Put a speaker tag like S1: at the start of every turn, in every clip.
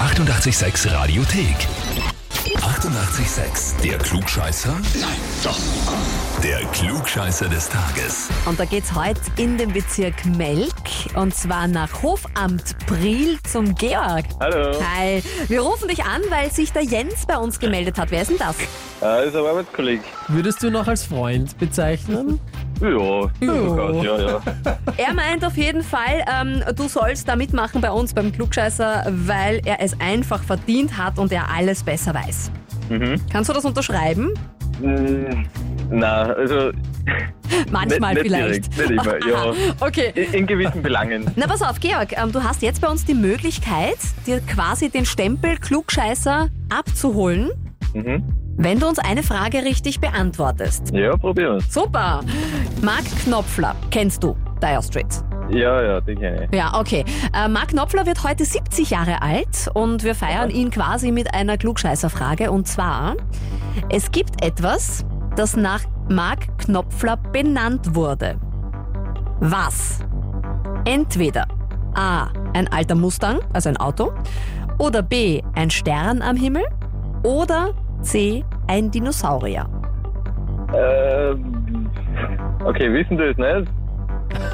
S1: 886 Radiothek. 88,6. Der Klugscheißer? Nein, doch. Der Klugscheißer des Tages.
S2: Und da geht's heute in den Bezirk Melk und zwar nach Hofamt Priel zum Georg.
S3: Hallo,
S2: Hi, wir rufen dich an, weil sich der Jens bei uns gemeldet hat. Wer ist denn das?
S3: äh, ist ein Arbeitskollege.
S4: Würdest du noch als Freund bezeichnen?
S3: Ja, sogar, ja, ja.
S2: Er meint auf jeden Fall, ähm, du sollst da mitmachen bei uns beim Klugscheißer, weil er es einfach verdient hat und er alles besser weiß.
S3: Mhm.
S2: Kannst du das unterschreiben?
S3: Mm, Na, also
S2: Manchmal
S3: nicht
S2: vielleicht.
S3: direkt, nicht immer, ja.
S2: okay.
S3: in, in gewissen Belangen.
S2: Na pass auf, Georg, ähm, du hast jetzt bei uns die Möglichkeit, dir quasi den Stempel Klugscheißer abzuholen,
S3: Mhm.
S2: wenn du uns eine Frage richtig beantwortest.
S3: Ja, probieren wir's.
S2: Super! Marc Knopfler, kennst du Dire Straits?
S3: Ja, ja, die kenne ich.
S2: Ja, okay. Äh, Marc Knopfler wird heute 70 Jahre alt und wir feiern ihn quasi mit einer Klugscheißerfrage. Und zwar, es gibt etwas, das nach Marc Knopfler benannt wurde. Was? Entweder A, ein alter Mustang, also ein Auto, oder B, ein Stern am Himmel, oder C, ein Dinosaurier.
S3: Ähm, okay, wissen du es nicht?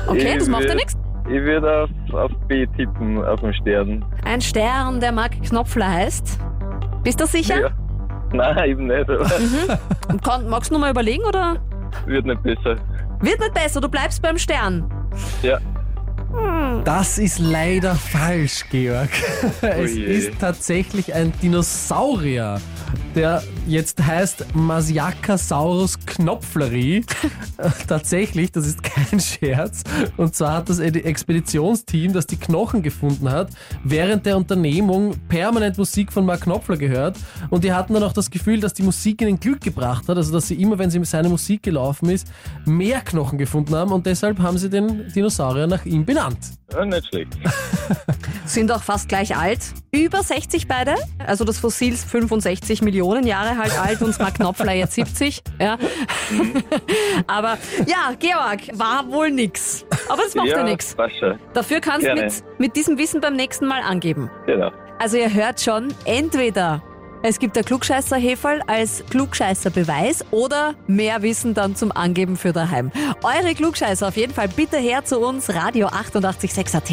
S2: Okay,
S3: Ich
S2: das macht ja
S3: würd-
S2: nichts.
S3: Ich würde auf, auf B tippen, auf dem Stern.
S2: Ein Stern, der Marc Knopfler heißt. Bist du sicher?
S3: Nein, eben nicht, aber
S2: Kon- magst du noch mal überlegen, oder?
S3: wird nicht besser.
S2: Wird nicht besser, du bleibst beim Stern.
S3: Ja,
S4: Das ist leider falsch, Georg. Es
S3: Ui.
S4: ist tatsächlich ein Dinosaurier, der jetzt heißt Masiakasaurus knopfleri. tatsächlich, das ist kein Scherz. Und zwar hat das Edi- Expeditionsteam, das die Knochen gefunden hat, während der Unternehmung permanent Musik von Mark Knopfler gehört. Und die hatten dann auch das Gefühl, dass die Musik ihnen Glück gebracht hat. Also, dass sie immer, wenn sie mit seiner Musik gelaufen ist, mehr Knochen gefunden haben. Und deshalb haben sie den Dinosaurier nach ihm benannt.
S3: ja, nicht schlecht.
S2: Sind auch fast gleich alt. Über 60 beide. Also das Fossil ist 65 Millionen Jahre halt alt und Mark Knopfler jetzt 70. Ja. Aber ja, Georg, war wohl nix. Aber es macht ja,
S3: ja,
S2: nix.
S3: passt schon.
S2: Dafür kannst du
S3: Gerne.
S2: mit, mit diesem Wissen beim nächsten Mal angeben.
S3: Genau.
S2: Also ihr hört schon, entweder es gibt der klugscheißer Heferl als Klugscheißer-Beweis oder mehr Wissen dann zum Angeben für daheim. Eure Klugscheißer auf jeden Fall bitte her zu uns, Radio 886 AT.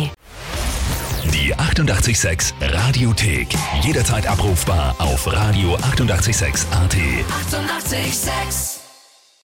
S1: Die 88,6 Radiothek. Jederzeit abrufbar auf radio886.at. 88,6.
S5: Eighty-eight, sex.